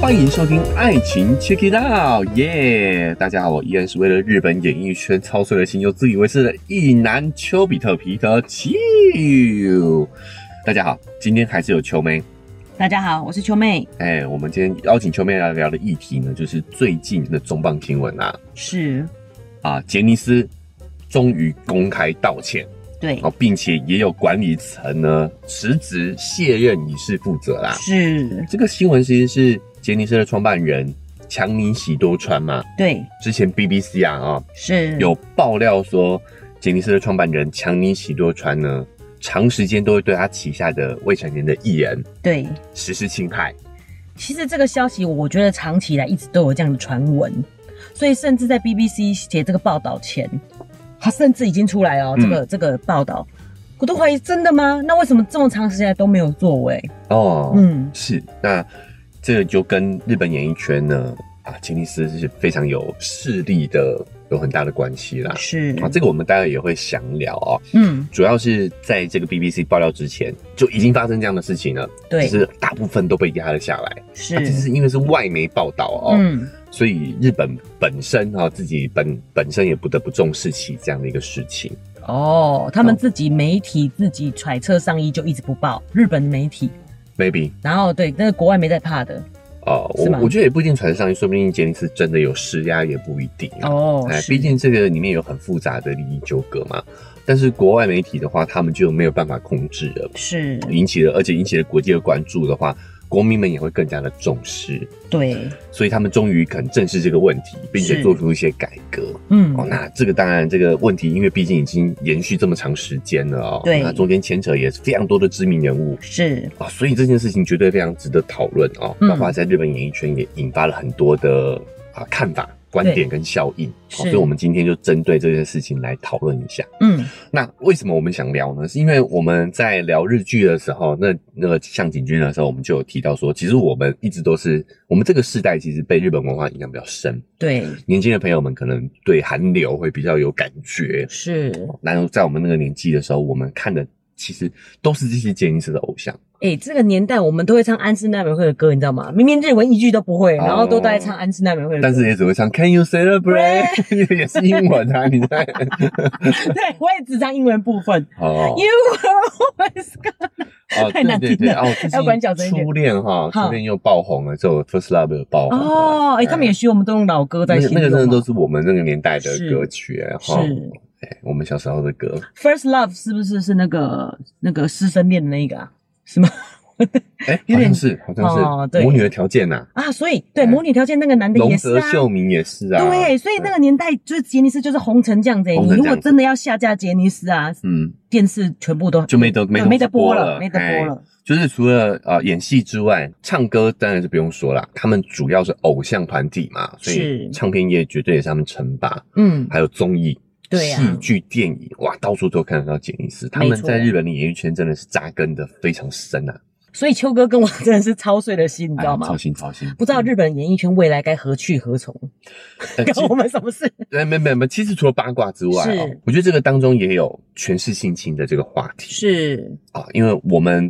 欢迎收听《爱情 Check It Out》，耶！大家好，我依然是为了日本演艺圈操碎了心又自以为是的一男丘比特皮特丘。大家好，今天还是有球妹。大家好，我是秋妹。哎、我们今天邀请球妹来聊的议题呢，就是最近的重磅新闻啊是，啊，杰尼斯终于公开道歉，对然，后并且也有管理层呢辞职卸任以示负责啦。是，这个新闻其实是杰尼斯的创办人强尼喜多川嘛，对，之前 BBC 啊啊、是，有爆料说，杰尼斯的创办人强尼喜多川呢，长时间都会对他旗下的未成年的艺人对。实施侵害。其实这个消息，我觉得长期以来一直都有这样的传闻，所以甚至在 BBC 写这个报道前，他甚至已经出来哦，嗯这个、这个报道，我都怀疑真的吗？那为什么这么长时间来都没有作为？哦，嗯，是，那这个就跟日本演艺圈呢啊，杰尼斯是非常有势力的，有很大的关系啦。是，啊，这个我们待会也会详聊哦。嗯，主要是在这个 BBC 爆料之前，就已经发生这样的事情了，对，只是大部分都被压了下来。是，啊，只是因为是外媒报道哦，嗯，所以日本本身啊、自己本本身也不得不重视起这样的一个事情。哦，他们自己媒体自己揣测上衣就一直不报，日本媒体， maybe 然后对，但是国外没在怕的，哦、是吗我我觉得也不一定传得上去，说不定杰尼斯真的有施压，也不一定啊。哦，哎，是毕竟这个里面有很复杂的利益纠葛嘛。但是国外媒体的话，他们就没有办法控制了，是，引起了而且引起了国际的关注的话，国民们也会更加的重视。对，所以他们终于肯正视这个问题，并且是做出一些改革。嗯，哦，那这个当然，这个问题因为毕竟已经延续这么长时间了哦，对那中间牵扯也是非常多的知名人物是，啊、所以这件事情绝对非常值得讨论哦，嗯包括在日本演艺圈也引发了很多的啊看法、观点跟效应、哦，是所以我们今天就针对这件事情来讨论一下。嗯，那为什么我们想聊呢？是因为我们在聊日剧的时候，那那个向井君的时候，我们就有提到说，其实我们一直都是我们这个世代，其实被日本文化影响比较深。对，年轻的朋友们可能对韩流会比较有感觉，是，然后在我们那个年纪的时候，我们看的其实都是这些杰尼斯的偶像。哎、这个年代我们都会唱安室奈美惠的歌，你知道吗？明明日文一句都不会，哦然后都在唱安室奈美惠的歌。但是也只会唱 Can you celebrate，也是英文啊，你在 对，我也只唱英文部分。 哦 You are always gone 哦，太难对对听对，了哦，最要管脚真一近点初恋哈，好初恋又爆红了，就 First Love 又爆红了哦，哎、他们也学我们都用老歌在那个形那个容啊真的嘛都是我们那个年代的歌曲哎哈，是哎我们小时候的歌 First Love 是不是是那个那个师生恋的那一个啊？是吗？哎，有好点像是好像哦是对母女的条件呐，啊，所以对哎母女条件那个男的龙也是泽啊。秀明也是啊，对，所以那个年代就是杰尼斯就是红成这样子、哎红你成如这样果子真的要下架杰尼斯啊，嗯，电视全部都就没得对没没得得播播了了，没得哎播了。就是除了呃演戏之外，唱歌当然是不用说啦，他们主要是偶像团体嘛，所以是唱片业绝对也是他们称霸，嗯，还有综艺。对啊戏剧、电影，哇，到处都看得到杰尼斯。他没们错在日本的演艺圈真的是扎根的非常深啊，所以秋哥跟我真的是操碎了心，你知道哎吗操？心操心。不知道日本演艺圈未来该何去何从，呃其关我们什么事？哎，没没没，其实除了八卦之外、是哦，我觉得这个当中也有权势性侵的这个话题是，啊、因为我们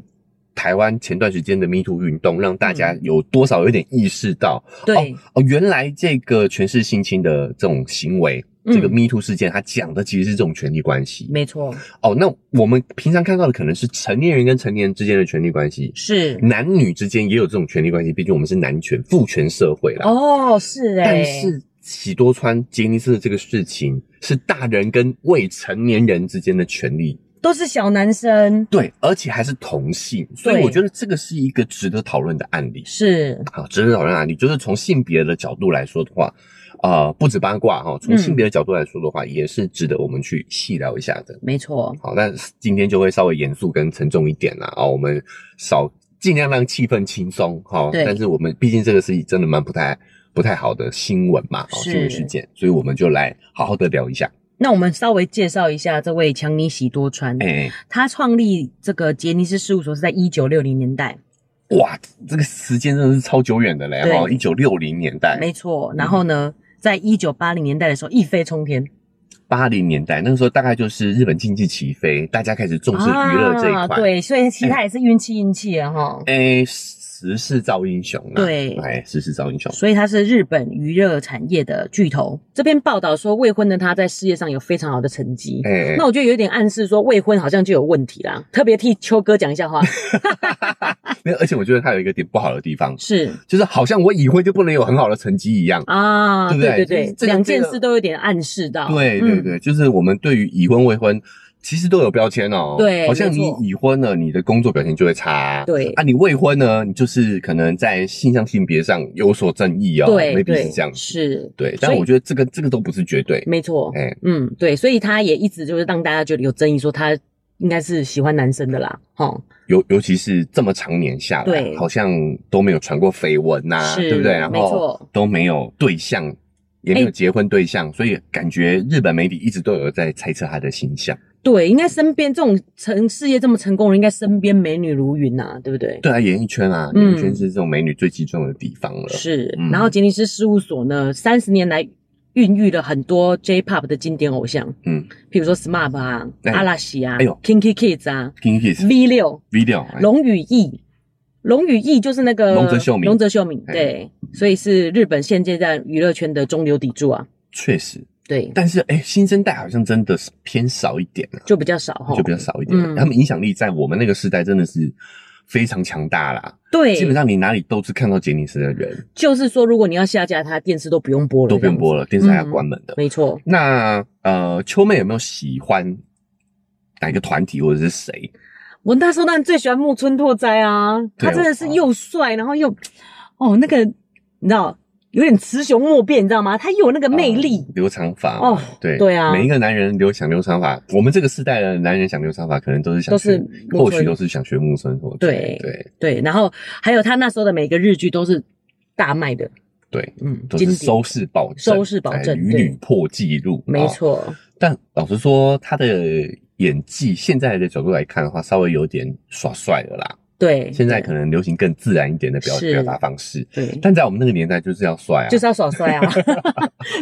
台湾前段时间的 Me Too 运动，让大嗯家有多少有点意识到，对，哦，原来这个权势性侵的这种行为，嗯这个 Me Too 事件，它讲的其实是这种权力关系。没错，哦，那我们平常看到的可能是成年人跟成年人之间的权力关系，是，男女之间也有这种权力关系，毕竟我们是男权父权社会啦。哦，是哎、但是喜多川杰尼斯的这个事情是大人跟未成年人之间的权利，都是小男生，对，而且还是同性，所以对我觉得这个是一个值得讨论的案例。是，好，值得讨论的案例就是从性别的角度来说的话，呃，不止八卦哈，从嗯性别的角度来说的话，也是值得我们去细聊一下的。没错，好，那今天就会稍微严肃跟沉重一点啦。啊、我们少尽量让气氛轻松哈。对但是我们毕竟这个是真的蛮不太不太好的新闻嘛，哦，是新闻事件，所以我们就来好好的聊一下。那我们稍微介绍一下这位强尼喜多川，哎、他创立这个杰尼斯事务所是在一九六零年代，哇，这个时间真的是超久远的嘞对哈，一九六零年代、没错。然后呢，在一九八零年代的时候一飞冲天，八零年代，那个时候大概就是日本经济起飞，大家开始重视娱乐这一块、啊，对，所以其实他也是运气运气啊，哈、哎、时势造英雄啊。对哎，时势造英雄。所以他是日本娱乐产业的巨头。这篇报道说，未婚的他在事业上有非常好的成绩。哎，那我觉得有点暗示说，未婚好像就有问题啦。特别替秋哥讲一 下话，没有而且我觉得他有一个点不好的地方，是就是好像我已婚就不能有很好的成绩一样。啊，对不对对就是对这对，个两件这个事都有点暗示到。嗯对对对，就是我们对于已婚未婚。其实都有标签哦，对好像没你错已婚了，你的工作表现就会差，对啊，你未婚呢，你就是可能在性向性别上有所争议哦，对 maybe 对，是这样子，是，对，但所以我觉得这个这个都不是绝对，没错。哎，嗯，对，所以他也一直就是让大家觉得有争议，说他应该是喜欢男生的啦，哈，尤尤其是这么常年下来，对好像都没有传过绯闻呐，是对不对？然没后错都没有对象，也没有哎结婚对象，所以感觉日本媒体一直都有在猜测他的形象。对，应该身边这种成事业这么成功的人，应该身边美女如云呐、对不对？对啊，演艺圈啊，嗯演艺圈是这种美女最集中的地方了。是嗯，然后杰尼斯事务所呢，三十年来孕育了很多 J-pop 的经典偶像，嗯譬如说 SMAP 啊、哎阿拉西啊、哎呦 Kinky Kids 啊、 ，Kinky Kids V 六、 Video 哎龙羽翼。龙羽翼就是那个龙泽秀明龙泽秀明哎对，所以是日本现阶段娱乐圈的中流砥柱啊，确实，对，但是哎，新生代好像真的是偏少一点啊，就比较少哈，就比较少一点。嗯他们影响力在我们那个时代真的是非常强大啦，对，基本上你哪里都是看到杰尼斯的人，就是说，如果你要下架它，电视都不用播了，都不用播了，了，电视台要关门的。没错。那呃，秋妹有没有喜欢哪个团体或者是谁？我那时候当然最喜欢木村拓哉啊，对他真的是又帅，然后又哦那个，你知道有点雌雄莫辨，你知道吗？他又有那个魅力呃，留长发哦对对啊每一个男人留想留长发，我们这个世代的男人想留长发，可能都是想都是学木或村许都是想学木村拓哉，对对对，然后还有他那时候的每个日剧都是大卖的，对，嗯，都是经收典，视保证，收视保哎证屡对屡破纪录，没哦。错，但老实说，他的演技现在的角度来看的话，稍微有点耍帅了啦。对，现在可能流行更自然一点的表是表达方式，对。但在我们那个年代就是要帅啊， 就是要耍帅 啊！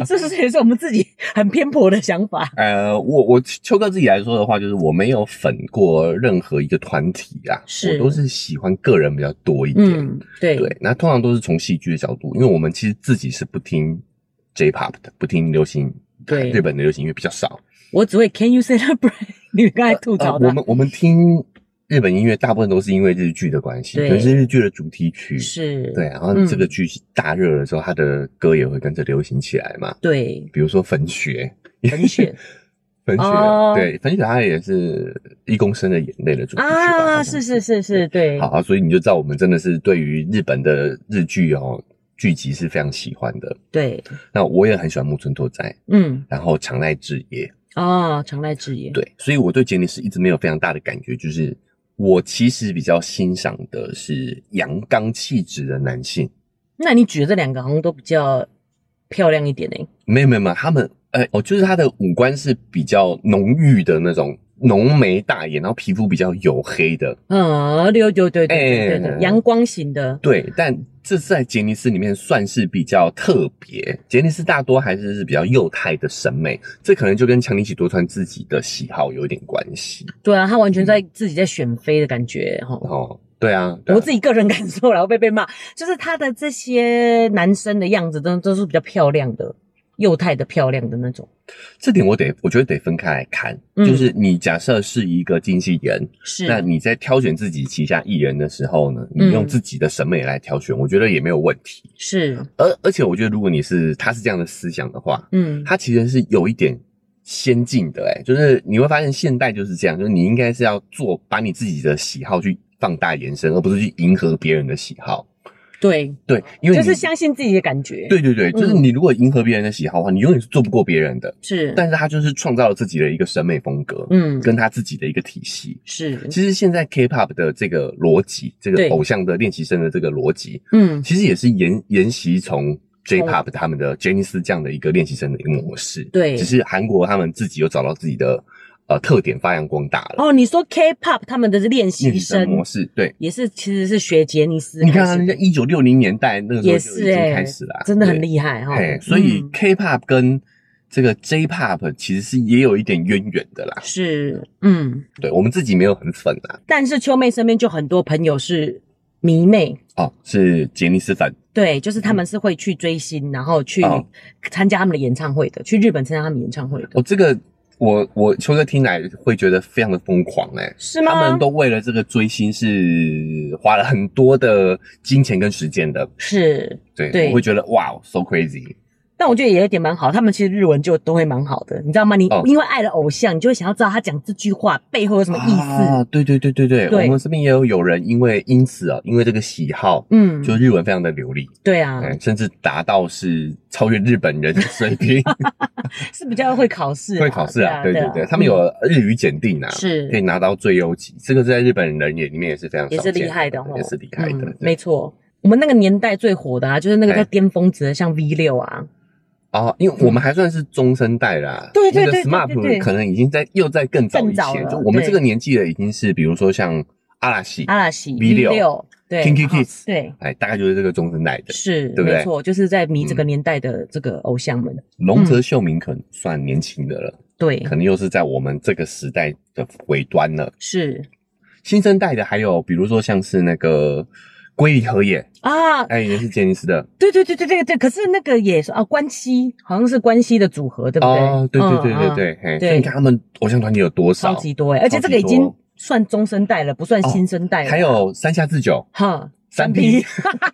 这是也是我们自己很偏颇的想法。呃，我我秋哥自己来说的话，就是我没有粉过任何一个团体啊，是我都是喜欢个人比较多一点。嗯，对对，那通常都是从戏剧的角度，因为我们其实自己是不听 J-pop 的，不听流行，对日本的流行音乐比较少。我只会 Can you celebrate？你 刚才吐槽呃的我们我们听日本音乐大部分都是因为日剧的关系，可对能是日剧的主题曲。是，嗯对，啊然后这个剧大热了之后，它的歌也会跟着流行起来嘛。对，比如说粉雪， 很选粉雪、哦对粉雪，它也是一公升的眼泪的主题曲吧？好啊，像是是是是，对好、，啊，所以你就知道我们真的是对于日本的日剧哦剧集是非常喜欢的。对，那我也很喜欢木村拓哉，嗯，然后长濑智也，哦，常濑智也，对，所以我对杰尼斯一直没有非常大的感觉，就是我其实比较欣赏的是阳刚气质的男性。那你举的这两个好像都比较漂亮一点呢，没有没有没有，他们呃，哦，就是他的五官是比较浓郁的那种，浓眉大眼，然后皮肤比较黝黑的，嗯，对对对对对对哎对，阳光型的，对，但这是在杰尼斯里面算是比较特别。杰尼斯大多还是是比较幼态的审美，这可能就跟强尼喜多川自己的喜好有一点关系对啊，他完全在自己在选妃的感觉哈。哦。对啊，对啊我自己个人感受啦，会被被骂，就是他的这些男生的样子都都是比较漂亮的，幼态的漂亮的那种，这点我得，我觉得得分开来看。嗯就是你假设是一个经纪人，是，那你在挑选自己旗下艺人的时候呢，你用嗯自己的审美来挑选，我觉得也没有问题。是，而而且我觉得，如果你是他是这样的思想的话，嗯，它其实是有一点先进的、欸，就是你会发现现代就是这样，就是你应该是要做把你自己的喜好去放大延伸，而不是去迎合别人的喜好。对，对，因为就你是相信自己的感觉，对对对，就是嗯你如果迎合别人的喜好的话，你永远是做不过别人的。是，但是他就是创造了自己的一个审美风格，嗯，跟他自己的一个体系。是，其实现在 K-pop 的这个逻辑，这个对偶像的练习生的这个逻辑，嗯，其实也是沿沿袭从 J-pop 他们的杰尼斯这样的一个练习生的一个模式。对只是韩国他们自己有找到自己的呃特点，发扬光大了。哦，你说 K-pop 他们的练练习习生模生式，对，也是其实是学杰尼斯开你始的，看啊人家一九六零年代那个时候也就是已经欸开始了啊、真的很对厉害哈嘿，。所以嗯 K-pop 跟这个 J-pop 其实是也有一点渊源的啦。是嗯，对我们自己没有很粉啊，但是秋妹身边就很多朋友是迷妹，哦，是杰尼斯粉，对，就是他们是会去追星，然后去嗯哦参加他们的演唱会的，去日本参加他们演唱会的，我、哦这个我我秋哥听来会觉得非常的疯狂哎、是他吗们？都为了这个追星是花了很多的金钱跟时间的，是，对，对我会觉得哇，so crazy，但我觉得也有一点蛮好，他们其实日文就都会蛮好的，你知道吗？你哦因为爱了偶像，你就会想要知道他讲这句话背后有什么意思。啊？对对对对对，对我们身边也有有人因为因此啊，因为这个喜好，嗯，就日文非常的流利，对啊，嗯，甚至达到是超越日本人的水 平，啊是比较会考试啦，会考试啊，对对对，他们嗯有日语检定啊，可以是拿到最优级，这个在日本人也里面也是非常也少见是厉害的哦，也是厉害的嗯，对没错。我们那个年代最火的啊，就是那个哎在巅峰值的，像 V 六啊，哦，因为我们还算是中生代啦，嗯对对那个对对对 SMAP 对可能已经在又在更早更以早前，了就我们对啊这个年纪的已经是，比如说像阿拉西，阿拉西 V6 V6 对 Kinky 然后 Kids 对，哎，大概就是这个中生代的。是对不对嗯没错，就是在迷这个年代的这个偶像们，龙泽秀明可能算年轻的了，嗯对，可能又是在我们这个时代的尾端了。是新生代的还有，比如说像是那个龟梨和也，啊，哎，也是杰尼斯的对对对对对对，可是那个也是啊，关西好像是关西的组合，对不对？哦，对对对嗯对嗯对，嘿，对所以你看他们偶像团体有多超少？级多哎，而且这个已经算中生代了，不算新生代了。哦还有山下智久、哈，三 P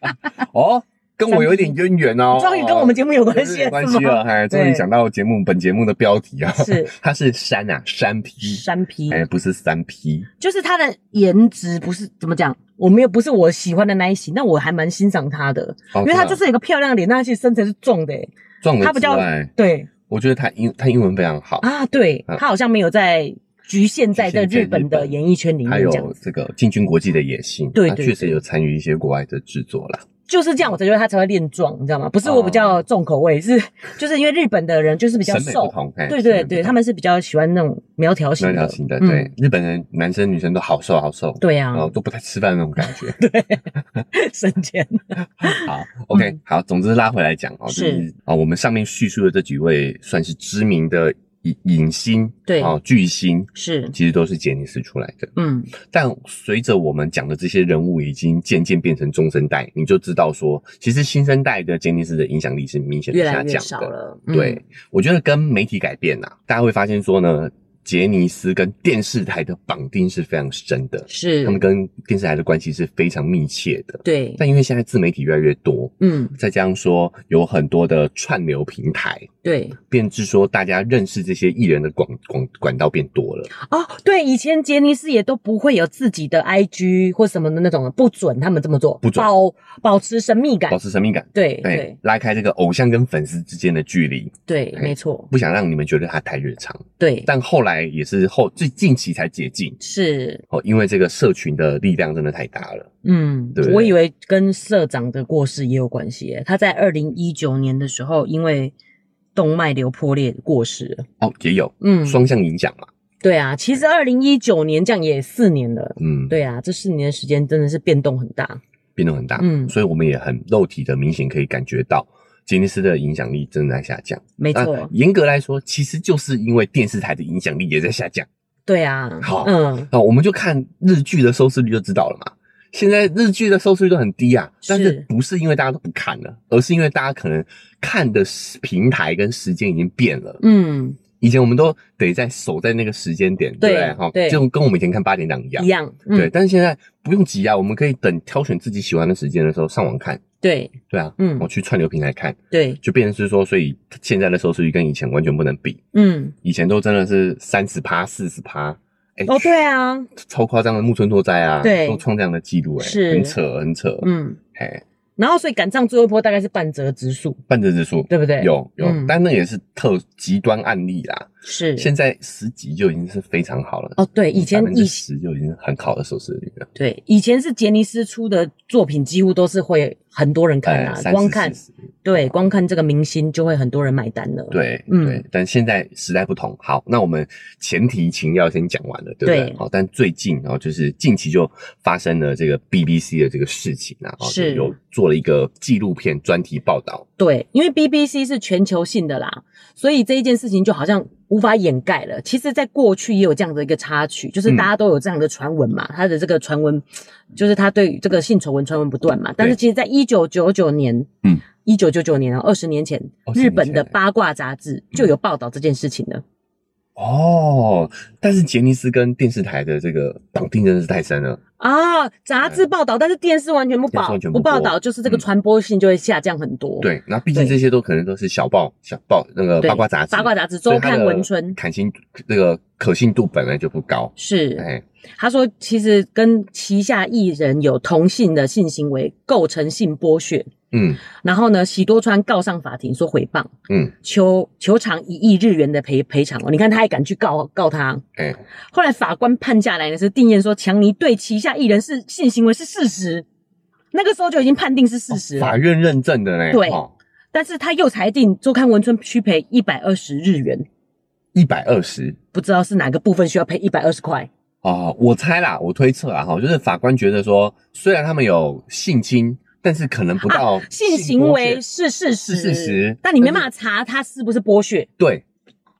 哦，跟我有一点渊源哦，终于跟我们节目有关系有了，关是系吗了，哎，终于讲到节目本节目的标题啊，是 它是山啊，山 P，山 P，哎，不是三 P，就是他的颜值不是怎么讲，我没有不是我喜欢的那一型，但我还蛮欣赏他的，哦因为他真的啊就是有一个漂亮的脸，但他其实身材是重的欸，撞他了之比较外，对我觉得他英他英文非常好，啊，对啊他好像没有在局限在这日本的演艺圈里他面这样有子，这个进军国际的野心，对他对确实对有参与一些国外的制作啦。就是这样，我才觉得他才会练壮，你知道吗？不哦是我比较重口味， 是就是因为日本的人就是比较审美不瘦，同，哎对审对美不对，同他们是比较喜欢那种苗条型那的，条型的，嗯对，日本人男生女生都好瘦好瘦，对啊然，后都不太吃饭那种感觉。 省钱， 好，OK，、嗯好，总之拉回来讲哦，就是是啊、我们上面叙述的这几位算是知名的影影星，对啊、巨星，是，其实都是杰尼斯出来的。嗯，但随着我们讲的这些人物已经渐渐变成中生代，你就知道说，其实新生代的杰尼斯的影响力是明显地越下来越降少的。了，嗯对，，我觉得跟媒体改变呐、大家会发现说呢，杰尼斯跟电视台的绑定是非常深的，是他，们跟电视台的关系是非常密切的。对，但因为现在自媒体越来越多，嗯，再加上说有很多的串流平台，对，便是说大家认识这些艺人的广广管道变多了。哦，对，以前杰尼斯也都不会有自己的 IG 或什么的那种，不准他们这么做，不准保保持神秘感保。持神哎秘感，对对，对拉开这个偶像跟粉丝之间的距离，对，哎没错，不想让你们觉得他太日常。对，但后来也是后最近期才解禁是，哦，因为这个社群的力量真的太大了。嗯对不，对我以为跟社长的过世也有关系耶。他在二零一九年的时候，因为动脉瘤破裂过世了。哦，也有嗯，双向影响嘛，对啊，其实二零一九年这样也四年了。嗯，，对啊，这四年的时间真的是变动很大。变动很大，嗯所以我们也很肉体的明显可以感觉到杰尼斯的影响力正在下降。没那错，严格来说，其实就是因为电视台的影响力也在下降。对啊好，嗯，啊，我们就看日剧的收视率就知道了嘛。现在日剧的收视率都很低啊，但是是不是因为大家都不看了，而是因为大家可能看的时平台跟时间已经变了。嗯，以前我们都得在守在那个时间点，对对不对？哈，对就跟我们以前看八点档一样一。样，嗯对，但是现在不用急啊，我们可以等挑选自己喜欢的时间的时候上网看。对对啊，嗯我去串流平台看，对，就变成是说，所以现在的收视率跟以前完全不能比，嗯，以前都真的是三十趴、四十趴，哎、哦，对啊，超夸张的木村拓哉啊，对都创这样的记录、哎，是很扯，很扯，嗯，哎、然后所以赶上最后一波大概是半折指数，半折指数，对不对？有有、嗯但那也是特极端案例啦。是现在十级就已经是非常好了，哦，对，以前百分以之十就已经很好的收视率了，对以前是杰尼斯出的作品，几乎都是会很多人看啊， 30光看40对光看这个明星就会很多人买单了，对，嗯对，但现在时代不同。好，那我们前提情要先讲完了，对不对对？好，但最近哦，就是近期就发生了这个 BBC 的这个事情啊，哦，是就有做了一个纪录片专题报道，对因为 BBC 是全球性的啦，所以这一件事情就好像无法掩盖了。其实，在过去也有这样的一个插曲，就是嗯大家都有这样的传闻嘛，他的这个传闻就是他对于这个性丑闻传闻不断嘛。但是，其实，在一九九九年，嗯，一九九九年啊，二十年前， 20日本的年前嗯八卦杂志就有报道这件事情了。哦，但是杰尼斯跟电视台的这个绑定真的是太深了。啊，杂志报道，但是电视完全不电视报完，全不不报播道，就是这个嗯传播性就会下降很多。，对，那毕竟对这些都可能都是小报、小报那个对八卦杂志、八卦杂志、所以周它刊、的文春可信这个可信度本来就不高。是。哎，他说，其实跟旗下艺人有同性的性行为构成性剥削，嗯然后呢，喜多川告上法庭说诽谤，嗯，求求偿一亿日元的赔赔偿哦。你看他还敢去告告他，哎，后来法官判下来呢是定验说强尼对旗下艺人是性行为是事实，那个时候就已经判定是事实哦了，法院认证的嘞，对但是他又裁定周刊文春需赔一百二十日元，一百二十。不知道是哪个部分需要赔一百二十块。哦，我猜啦，我推测啦，哈，就是法官觉得说，虽然他们有性侵，但是可能不到、啊性行为是事实，是事实但你没办法查他是不是剥削。对，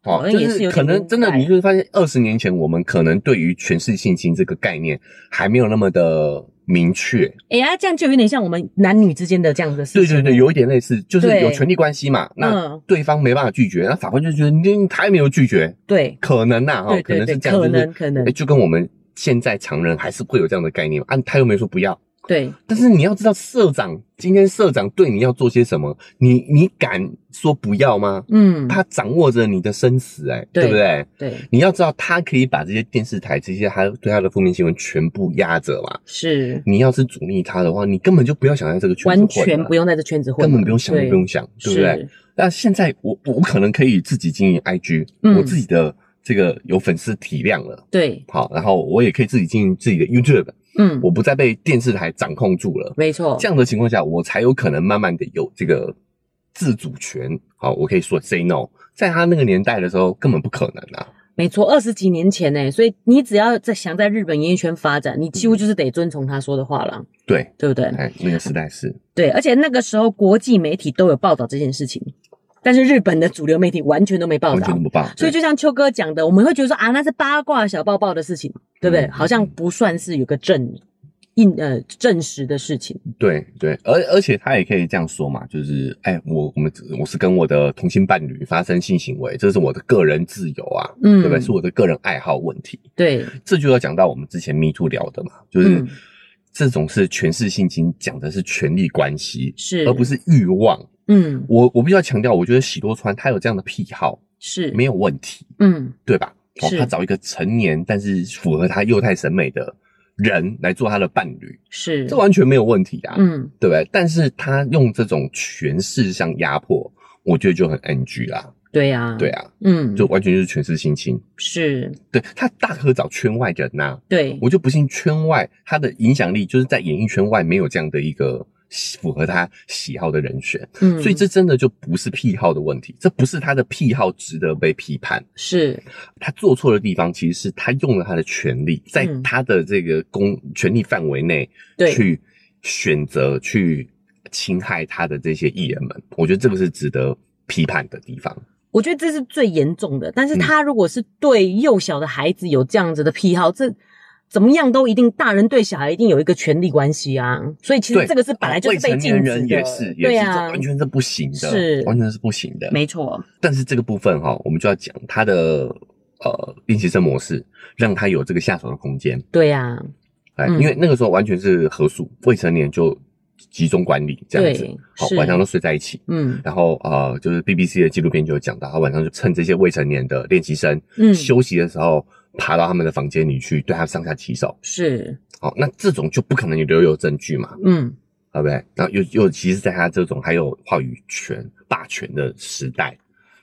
好哦，像就也是是有点可能真的，明白你就会发现，二十年前我们可能对于权势性侵这个概念还没有那么的明确，哎、呀，这样就有点像我们男女之间的这样的事对情。对对，有一点类似，就是对有权利关系嘛，那嗯对方没办法拒绝，那法官就觉得你他也没有拒绝，对可能呐，哈，对可对能对是这样，可就是能可能哎就跟我们现在常人还是会有这样的概念嘛，啊，他又没说不要。对但是你要知道，社长今天社长对你要做些什么，你你敢说不要吗？嗯，他掌握着你的生死、哎，对对不对？对你要知道，他可以把这些电视台这些他对他的负面新闻全部压着嘛。是你要是阻逆他的话，你根本就不要想在这个圈子混、啊完全不，用在这圈子混，啊根本不用想，对也不用想，对不对？是那现在我我我可能可以自己经营 IG，、嗯我自己的这个有粉丝体量了，对，好，然后我也可以自己经营自己的 YouTube，嗯，我不再被电视台掌控住了。没错，这样的情况下，我才有可能慢慢的有这个自主权。好，我可以说 say no，在他那个年代的时候，根本不可能啊。没错，二十几年前呢，所以你只要在想在日本演艺圈发展，你几乎就是得遵从他说的话了，对，对不对？嗯哎，那个时代是，对，而且那个时候国际媒体都有报道这件事情，但是日本的主流媒体完全都没报完全道都。不棒。所以就像秋哥讲的，我们会觉得说啊，那是八卦小报报的事情，对不对？嗯好像不算是有个证印呃证实的事情。对对，而而且他也可以这样说嘛，就是哎，我我们我是跟我的同性伴侣发生性行为，这是我的个人自由啊，嗯对不对？是我的个人爱好问题。对这就要讲到我们之前 Me Too 聊的嘛，就是。嗯这种是权势性侵，讲的是权力关系，是，而不是欲望。嗯我我必须要强调，我觉得喜多川他有这样的癖好是没有问题，嗯对吧？哦是，他找一个成年但是符合他幼态审美的人来做他的伴侣，是这完全没有问题啊，嗯对不对？但是他用这种权势上压迫，我觉得就很 NG 啦，对呀对啊，嗯就完全就是权势性侵。是对他大可找圈外人呐、啊对我就不信圈外他的影响力就是在演艺圈外没有这样的一个符合他喜好的人选。嗯所以这真的就不是癖好的问题，这不是他的癖好值得被批判。是他做错的地方其实是他用了他的权利，在嗯他的这个公权利范围内对去选择去侵害他的这些艺人们，我觉得这个是值得批判的地方。我觉得这是最严重的。但是他如果是对幼小的孩子有这样子的癖好，这怎么样都一定，大人对小孩一定有一个权利关系啊。所以其实对这个是本来就是被啊未禁成年人止的，也是，也对是，啊这，完全是不行的，是完全是不行的。没错，但是这个部分哈、我们就要讲他的呃练习生模式，让他有这个下手的空间。对呀、哎，嗯因为那个时候完全是合宿，未成年就集中管理这样子对，好是，晚上都睡在一起。嗯然后呃，就是 BBC 的纪录片就有讲到，他晚上就趁这些未成年的练习生、嗯，休息的时候，爬到他们的房间里去对他们上下其手。是，好、那这种就不可能有留有证据嘛，嗯对不对？然后尤尤其是在他这种还有话语权、霸权的时代，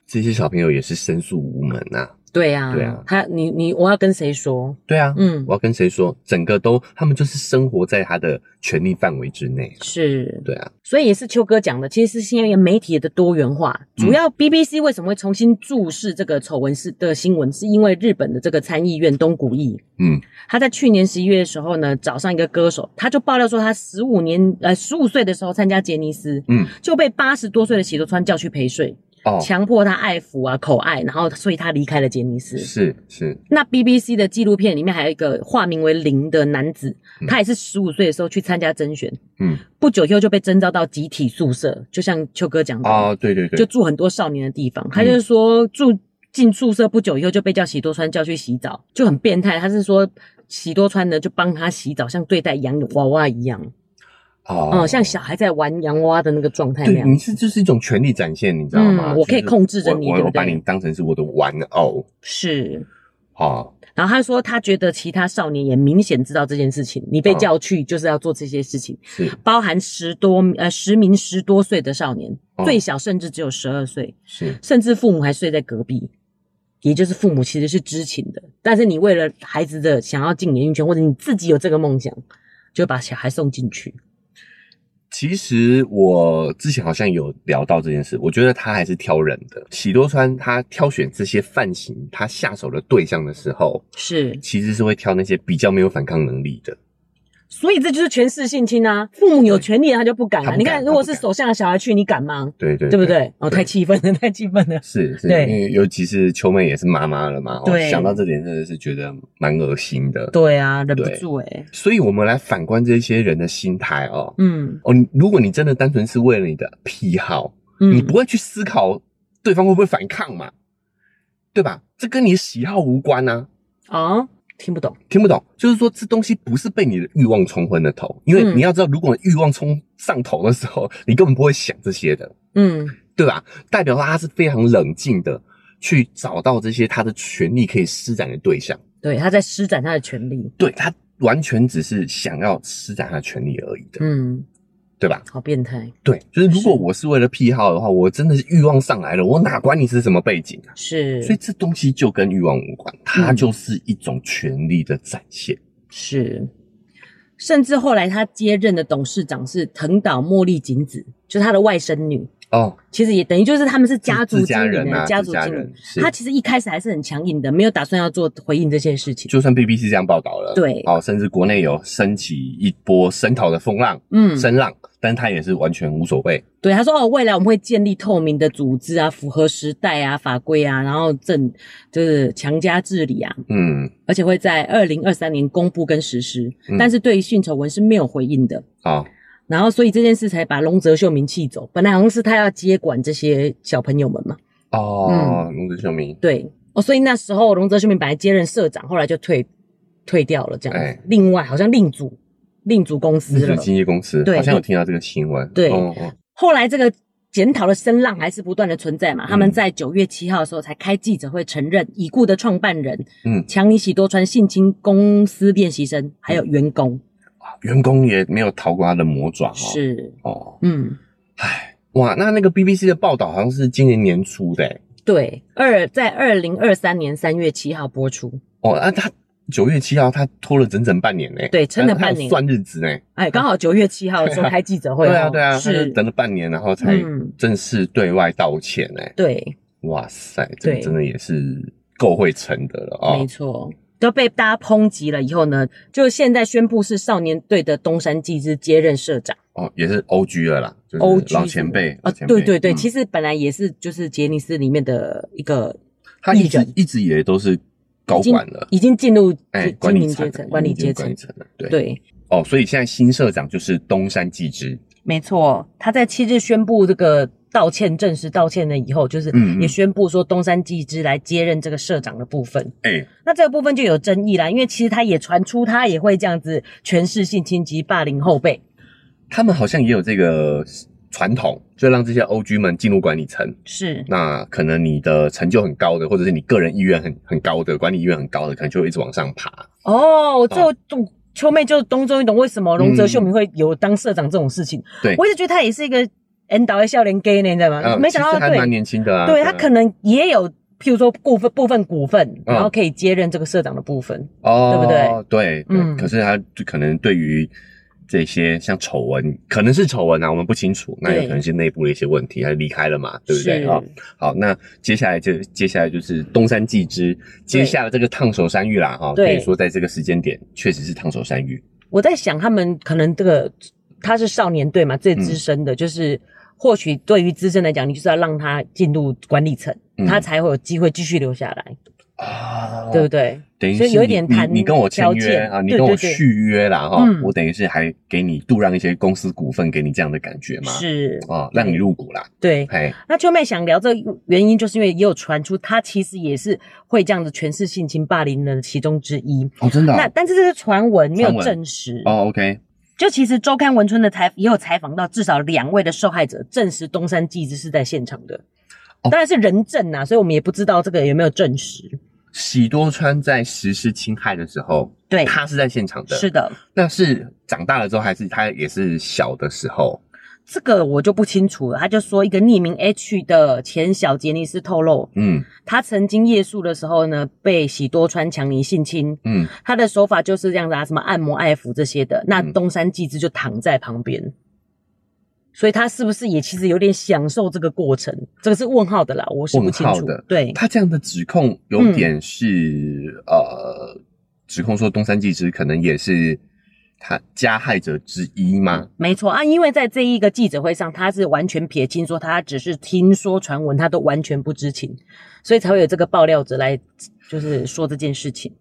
这些小朋友也是申诉无门呐、对呀、对啊他你你我要跟谁说？对啊，嗯我要跟谁说？整个都他们就是生活在他的权利范围之内。是，对啊，所以也是秋哥讲的，其实是因为媒体的多元化。嗯主要 BBC 为什么会重新注视这个丑闻是的新闻，是因为日本的这个参议院东谷议，嗯，他在去年十一月的时候呢，找上一个歌手，他就爆料说他十五年呃十五岁的时候参加杰尼斯，嗯，就被八十多岁的喜多川叫去陪睡，哦，强迫他爱抚啊、口爱，然后所以他离开了杰尼斯。是是，那 BBC 的纪录片里面还有一个化名为林的男子嗯，他也是十五岁的时候去参加甄选，嗯，不久以后就被征召到集体宿舍，就像秋哥讲的，哦，对对对，嗯嗯就住很多少年的地方。他就是说住进宿舍不久以后就被叫喜多川叫去洗澡，就很变态。他是说喜多川呢就帮他洗澡，像对待洋娃娃一样，哦嗯，像小孩在玩洋娃娃的那个状态那对，样。你是这是一种权力展现，你知道吗？嗯我可以就是控制着你我对我不我把对你当成是我的玩偶，是，哦，然后他说他觉得其他少年也明显知道这件事情，你哦被叫去就是要做这些事情，是包含十多呃十名十多岁的少年，哦最小甚至只有十二岁，是，甚至父母还睡在隔壁，也就是父母其实是知情的，但是你为了孩子的想要进演艺圈，或者你自己有这个梦想，就把小孩送进去。其实我之前好像有聊到这件事，我觉得他还是挑人的。喜多川他挑选这些犯行他下手的对象的时候，是，其实是会挑那些比较没有反抗能力的。所以这就是权势性侵啊！父母有权利，他就不敢他不啊。敢你看，他不如果是敢手下的小孩去，你敢吗？对对对不？对？哦，对太气愤了， 太气愤了。是是，因对为尤其是秋妹也是妈妈了嘛，哦对想到这点真的是觉得蛮恶心的。，对啊，忍不对住哎、所以我们来反观这些人的心态哦。嗯哦，你如果你真的单纯是为了你的癖好，嗯，你不会去思考对方会不会反抗嘛，对吧？这跟你喜好无关啊。啊、听不懂。听不懂，就是说这东西不是被你的欲望冲昏了头，因为嗯你要知道，如果欲望冲上头的时候，你根本不会想这些的，嗯，对吧？代表他是非常冷静的去找到这些他的权利可以施展的对象，对，他在施展他的权利。对他完全只是想要施展他的权利而已的，嗯，对吧？好变态。对，就是如果是我是为了癖好的话，我真的是欲望上来了，我哪管你是什么背景啊？是，所以这东西就跟欲望无关，它嗯就是一种权力的展现。是，甚至后来他接任的董事长是藤岛茉莉锦子，就是他的外甥女。哦，其实也等于就是他们是家族自经家营人的、啊，家自族家经人营。是他其实一开始还是很强硬的，没有打算要做回应这件事情。就算 BBC 这样报道了，对哦，甚至国内有升起一波声讨的风浪、嗯，声浪，但他也是完全无所谓。对，他说哦，未来我们会建立透明的组织啊，符合时代啊、法规啊，然后正就是强加治理啊，嗯，而且会在二零二三年公布跟实施。嗯但是对于性丑闻是没有回应的。好，然后，所以这件事才把龙泽秀明气走。本来好像是他要接管这些小朋友们嘛，哦，嗯龙泽秀明，对哦，所以那时候龙泽秀明本来接任社长，后来就退退掉了，这样子。哎另外，好像另组另组公司自主了。经纪公司，对好像有听到这个新闻，对哦哦后来这个检讨的声浪还是不断的存在嘛。他们嗯在九月七号的时候才开记者会，承认已故的创办人嗯，强尼喜多川性侵公司练习生还有员工。哦员工也没有逃过他的魔爪，哦，是，哦，嗯，唉，哇，那那个 BBC 的报道好像是今年年初的，欸对，二在二零二三年三月七号播出。哦，那他九月七号他拖了整整半年呢，对撑了他他有半年算日子呢，哎，刚好九月七号的时候开记者会、哦，对啊对啊，他就是等了半年，然后才嗯正式对外道歉呢。对，哇塞，这个对真的也是够会沉的了啊、没错。都被大家抨击了以后呢，就现在宣布是少年队的东山纪之接任社长哦！也是 O G 了啦，就，O 是老前辈啊，老前辈对对对，嗯其实本来也是就是杰尼斯里面的一个他一艺直人一直以来都是高已经管了，已经进入呃哎，精管精理英层阶层、管理已经阶管理。层层了，对对，哦，所以现在新社长就是东山纪之，没错，他在七日宣布这个道歉，正式道歉了以后，就是嗯嗯也宣布说东山纪之来接任这个社长的部分。哎，那这个部分就有争议啦，因为其实他也传出他也会这样子权势性侵及霸凌后辈，他们好像也有这个传统，就让这些 O G 们进入管理层。是那可能你的成就很高的，或者是你个人意愿很很高的，管理意愿很高的，可能就会一直往上爬。哦，这我懂秋妹就东终于懂为什么龙泽秀明会有当社长这种事情。嗯对我一直觉得他也是一个 N 导演笑脸 gay 呢，你知道吗？呃没想其到实他还蛮对，年轻的啊。对他可能也有，譬如说部分部分股份，嗯然后可以接任这个社长的部分。哦，对不对？对，嗯可是他就可能对于这些像丑闻，可能是丑闻啊，我们不清楚，那有对可能是内部的一些问题，他离开了嘛，对不对是啊、好，那接下来就接下来就是东山纪之，接下了这个烫手山芋啦，哈、可对以说在这个时间点确实是烫手山芋。嗯我在想，他们可能这个他是少年队嘛，最资深的，就是或许对于资深来讲，你就是要让他进入管理层，嗯他才会有机会继续留下来，啊，对不对？等于所是以有一点你谈你你跟我签条约件啊，你对跟我对对续约啦哈嗯，我等于是还给你度让一些公司股份给你这样的感觉嘛，是，哦，让你入股啦，对。嘿，那秋妹想聊这个原因，就是因为也有传出她其实也是会这样子诠释性侵霸凌的其中之一。哦，真的那但是这是传闻，没传有闻证实。哦，OK，就其实周刊文春的采也有采访到至少两位的受害者，证实东山纪之是在现场的。哦当然是人证啊，所以我们也不知道这个有没有证实。喜多川在实施侵害的时候，对，他是在现场的，是的，那是长大了之后，还是他也是小的时候？这个我就不清楚了。他就说，一个匿名 H 的前小杰尼斯透露，嗯他曾经夜宿的时候呢，被喜多川强尼性侵，嗯，他的手法就是这样子啊，什么按摩、爱抚这些的。那嗯东山纪之就躺在旁边，所以他是不是也其实有点享受这个过程？这个是问号的啦，我是不清问号楚的。对，嗯他这样的指控有点是、呃，指控说东山纪之可能也是他加害者之一吗？没错啊，因为在这一个记者会上，他是完全撇清说他只是听说传闻，他都完全不知情，所以才会有这个爆料者来就是说这件事情。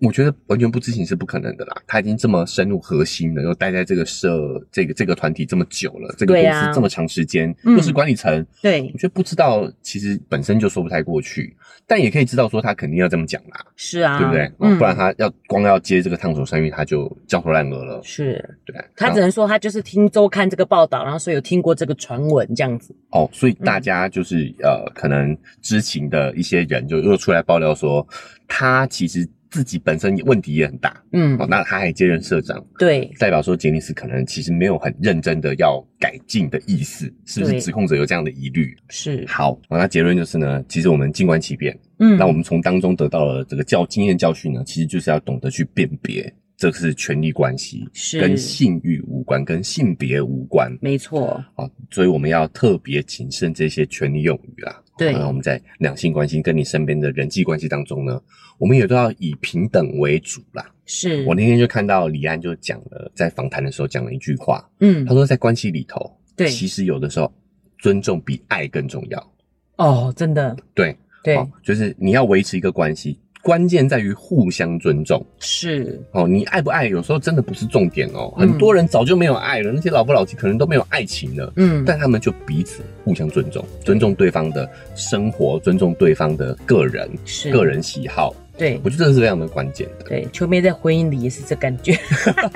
我觉得完全不知情是不可能的啦。他已经这么深入核心了，又待在这个社这个这个团体这么久了，这个对公啊司这么长时间，嗯又是管理层，对我，觉得不知道其实本身就说不太过去，但也可以知道说他肯定要这么讲啦，是啊，对不对？嗯不然他要光要接这个烫手山芋，他就焦头烂额了。嗯是对，啊他然后只能说他就是听周刊这个报道，然后所以有听过这个传闻这样子。哦，所嗯以大家就是、呃，可能知情的一些人就又出来爆料说，他其实自己本身问题也很大嗯哦，，那他还接任社长，对，代表说杰尼斯可能其实没有很认真的要改进的意思，是不对是？指控者有这样的疑虑。是，好，哦那结论就是呢，其实我们静观其变。嗯那我们从当中得到了这个教经验教训呢，其实就是要懂得去辨别，这是权力关系，是跟性欲无关，跟性别无关。没错，啊，所以我们要特别谨慎这些权利用语啦。对那我们在两性关系跟你身边的人际关系当中呢，我们也都要以平等为主啦。是我那天就看到李安就讲了，在访谈的时候讲了一句话，嗯他说在关系里头，对其实有的时候尊重比爱更重要。哦，真的对，对哦就是你要维持一个关系，关键在于互相尊重。是哦，你爱不爱，有时候真的不是重点哦。嗯很多人早就没有爱了，那些老夫老妻可能都没有爱情了。嗯但他们就彼此互相尊重，尊重对方的生活，尊重对方的个人、是个人喜好，对我觉得这是非常的关键的。对，秋妹在婚姻里也是这感 觉，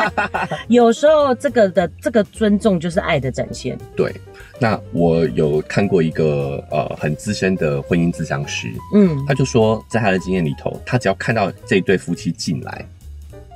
有时候这个的这个尊重就是爱的展现。对，那我有看过一个呃很资深的婚姻咨商师，嗯，他就说，在他的经验里头，他只要看到这对夫妻进来，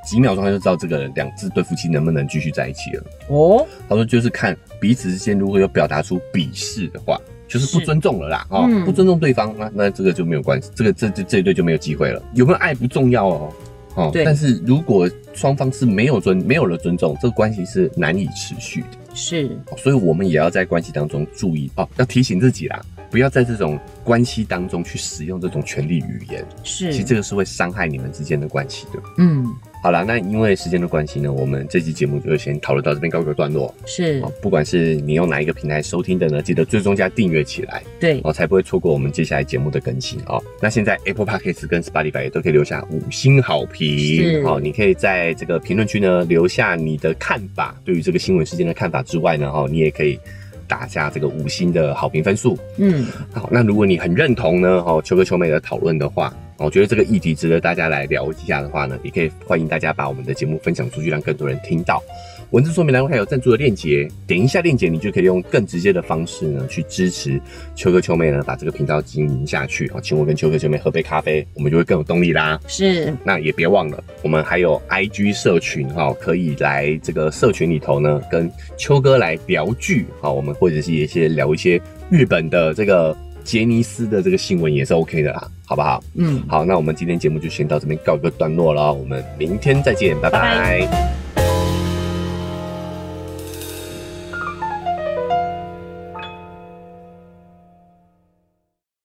几秒钟他就知道这个两这对夫妻能不能继续在一起了。哦，他说就是看彼此之间如果有表达出鄙视的话，就是不是尊重了啦，哦，嗯不尊重对方，那那这个就没有关系，这个这这这一对就没有机会了。有没有爱不重要哦，哦，对但是如果双方是没有尊没有了尊重，这个关系是难以持续的、是哦所以我们也要在关系当中注意哦，要提醒自己啦，不要在这种关系当中去使用这种权力语言，是，其实这个是会伤害你们之间的关系的。嗯好啦，那因为时间的关系呢，我们这期节目就先讨论到这边告一个段落。是哦，不管是你用哪一个平台收听的呢，记得追踪加订阅起来对，哦，才不会错过我们接下来节目的更新哦。那现在 Apple Podcast 跟 Spotify 也都可以留下五星好是评哦，你可以在这个评论区呢留下你的看法，对于这个新闻事件的看法之外呢，哦，你也可以。打下这个五星的好评分数。嗯好，那如果你很认同呢，哦，秋哥秋妹的讨论的话，哦我觉得这个议题值得大家来聊一下的话呢，也可以欢迎大家把我们的节目分享出去，让更多人听到。文字说明栏位还有赞助的链接，点一下链接，你就可以用更直接的方式呢去支持秋哥秋妹呢把这个频道经营下去。哦好，请我跟秋哥秋妹喝杯咖啡，我们就会更有动力啦。是那也别忘了，我们还有 IG 社群哈、可以来这个社群里头呢，跟秋哥来聊剧哈、我们或者是一些聊一些日本的这个杰尼斯的这个新闻也是 OK 的啦，好不好？嗯。好，那我们今天节目就先到这边告一个段落了，我们明天再见，拜拜拜